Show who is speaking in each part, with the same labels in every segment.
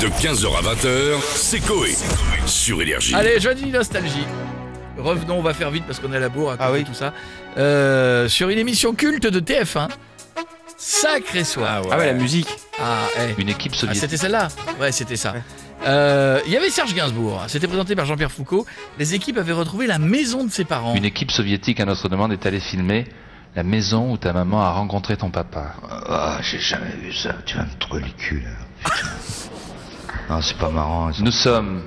Speaker 1: De 15h à 20h, c'est Coé. Sur Énergie.
Speaker 2: Allez, jeudi nostalgie. Revenons, on va faire vite parce qu'on est à la bourre à
Speaker 3: Ah
Speaker 2: cause de
Speaker 3: oui.
Speaker 2: tout ça. Euh, sur une émission culte de TF1. Sacré soir.
Speaker 3: Ah ouais, la musique.
Speaker 2: Ah, eh.
Speaker 4: Une équipe
Speaker 2: Ah,
Speaker 4: soviétique.
Speaker 2: c'était celle-là Ouais, c'était ça. Euh, Il y avait Serge Gainsbourg. C'était présenté par Jean-Pierre Foucault. Les équipes avaient retrouvé la maison de ses parents.
Speaker 4: Une équipe soviétique à notre demande est allée filmer la maison où ta maman a rencontré ton papa.
Speaker 5: Ah, j'ai jamais vu ça. Tu vas me trouver le cul, là. Putain. non, c'est pas marrant.
Speaker 4: Nous sommes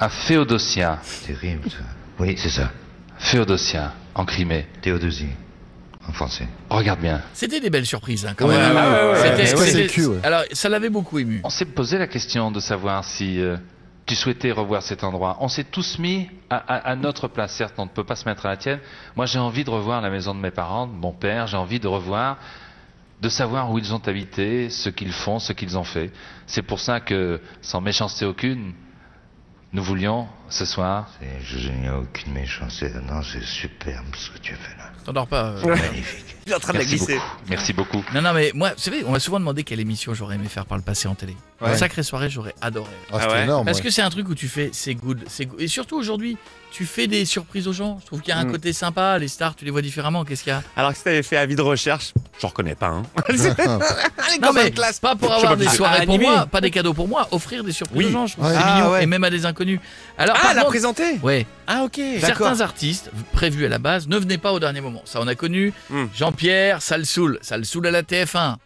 Speaker 4: à Féodosia,
Speaker 5: C'est terrible, ça. Oui, c'est ça.
Speaker 4: Féodosia, en Crimée.
Speaker 5: Théodosie. En français.
Speaker 4: Regarde bien.
Speaker 2: C'était des belles surprises, hein, quand
Speaker 3: Ouais,
Speaker 2: même.
Speaker 3: ouais, ouais, ouais.
Speaker 2: C'était-
Speaker 3: Parce que
Speaker 2: c'était-
Speaker 3: c'est cul, ouais.
Speaker 2: Alors, ça l'avait beaucoup ému.
Speaker 4: On s'est posé la question de savoir si euh, tu souhaitais revoir cet endroit. On s'est tous mis à, à- à notre place. Certes, on ne peut pas se mettre à la tienne. Moi, j'ai envie de revoir la maison de mes parents, de mon père. J'ai envie de revoir, de savoir où ils ont habité, ce qu'ils font, ce qu'ils ont fait. C'est pour ça que, sans méchanceté aucune, nous voulions ce soir
Speaker 5: C'est- Je je n'ai aucune méchanceté. Non, c'est superbe ce que tu as fait là.
Speaker 2: T'endors pas. euh.
Speaker 5: Magnifique.
Speaker 3: Il est en train
Speaker 4: Merci beaucoup. Merci beaucoup.
Speaker 2: Non, non, mais moi, vous savez, on m'a souvent demandé quelle émission j'aurais aimé faire par le passé en télé.
Speaker 3: Ouais.
Speaker 2: Une sacrée soirée, j'aurais adoré.
Speaker 6: Ah, c'était énorme.
Speaker 2: Parce
Speaker 6: ouais.
Speaker 2: que c'est un truc où tu fais, c'est good, c'est good. Et surtout aujourd'hui, tu fais des surprises aux gens. Je trouve qu'il y a un
Speaker 6: Mm.
Speaker 2: côté sympa. Les stars, tu les vois différemment. Qu'est-ce qu'il y a
Speaker 6: Alors que si t'avais fait avis de recherche, j'en reconnais pas. Hein. Allez,
Speaker 2: Non,
Speaker 6: quand même,
Speaker 2: mais
Speaker 6: classe.
Speaker 2: pas pour
Speaker 6: Je sais
Speaker 2: avoir
Speaker 6: pas
Speaker 2: des
Speaker 6: qui c'est.
Speaker 2: soirées
Speaker 6: Ah,
Speaker 2: pour
Speaker 6: animé.
Speaker 2: moi, pas des cadeaux pour moi. Offrir des surprises
Speaker 6: Oui.
Speaker 2: aux gens, je trouve que
Speaker 3: Ouais.
Speaker 2: c'est
Speaker 3: Ah,
Speaker 2: mignon.
Speaker 3: ouais.
Speaker 2: Et même à des inconnus. Alors,
Speaker 6: Ah,
Speaker 2: par
Speaker 6: la
Speaker 2: contre-
Speaker 6: présentée
Speaker 2: Ouais.
Speaker 6: Ah, ok.
Speaker 3: D'accord.
Speaker 2: Certains artistes prévus à la base ne venaient pas au dernier moment. Ça, on a connu.
Speaker 6: Mm.
Speaker 2: Jean-Pierre, ça le saoule. Ça le saoule à la TF1.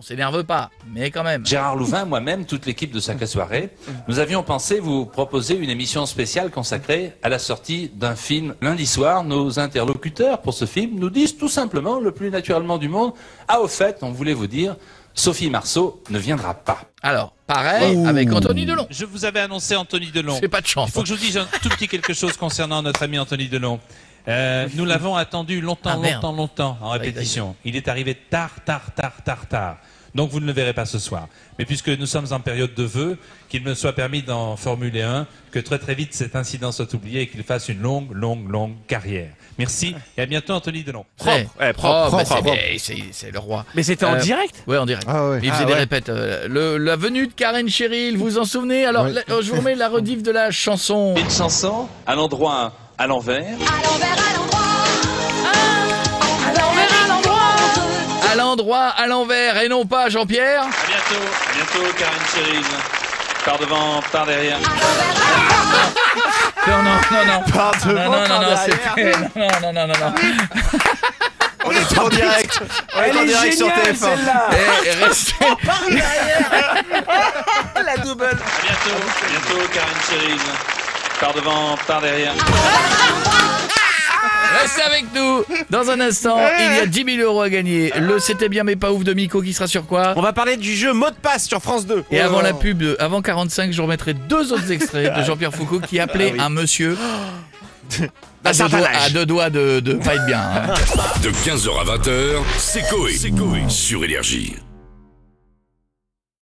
Speaker 2: On s'énerve pas, mais quand même.
Speaker 7: Gérard Louvain, moi-même, toute l'équipe de Sacré Soirée, nous avions pensé vous proposer une émission spéciale consacrée à la sortie d'un film. Lundi soir, nos interlocuteurs pour ce film nous disent tout simplement, le plus naturellement du monde, ah au fait, on voulait vous dire, Sophie Marceau ne viendra pas.
Speaker 2: Alors, pareil avec Anthony Delon.
Speaker 8: Je vous avais annoncé Anthony Delon.
Speaker 2: J'ai pas de chance.
Speaker 8: Il faut que je vous dise un tout petit quelque chose concernant notre ami Anthony Delon. Euh, nous l'avons attendu
Speaker 2: Ah,
Speaker 8: longtemps,
Speaker 2: merde.
Speaker 8: longtemps, longtemps en répétition. Il est arrivé tard, tard, tard, tard, tard. Donc vous ne le verrez pas ce soir. Mais puisque nous sommes en période de vœux, qu'il me soit permis d'en formuler un, que très très vite cet incident soit oublié et qu'il fasse une longue, longue, longue carrière. Merci et à bientôt Anthony Delon.
Speaker 2: Propre,
Speaker 6: ouais, propre,
Speaker 2: bah, Eh, c'est-
Speaker 6: propre, propre.
Speaker 2: eh, c'est c'est le roi.
Speaker 3: Mais c'était
Speaker 2: en
Speaker 3: direct
Speaker 2: Ouais, en direct.
Speaker 6: Ah ouais.
Speaker 2: Il faisait des répètes. euh, le- la venue de Karen Cheryl, vous vous en souvenez Alors,
Speaker 6: Ouais.
Speaker 2: la- euh, je vous remets la rediff de la chanson.
Speaker 7: Une chanson à l'endroit à l'envers.
Speaker 9: À l'envers, à l'endroit. À l'envers, à l'endroit.
Speaker 2: À l'endroit, à l'envers, et non pas Jean-Pierre.
Speaker 7: À bientôt, à bientôt Karine Cheryl. Par devant, par derrière.
Speaker 2: Non, non, non, non.
Speaker 3: Par
Speaker 2: Non, non, non, non, c'était- non, non, non, non, non.
Speaker 3: On est en direct. On est en direct sur TF1.
Speaker 6: Ah.
Speaker 2: Eh, restez-
Speaker 7: À bientôt, à bientôt Karine Cheryl. Par devant, par derrière.
Speaker 2: Restez avec nous. Dans un instant, il y a 10 000 euros à gagner. Le C'était bien mais pas ouf de Miko qui sera sur quoi
Speaker 6: On va parler du jeu mot de passe sur France 2.
Speaker 2: Et avant la pub, de- avant 45, je vous remettrai deux autres extraits de Jean-Pierre Foucault qui appelait un monsieur à, deux
Speaker 6: certain
Speaker 2: doigts,
Speaker 6: âge.
Speaker 2: à deux doigts de, de pas être bien. hein.
Speaker 1: De 15h à 20h, c'est Coé. Sur Énergie.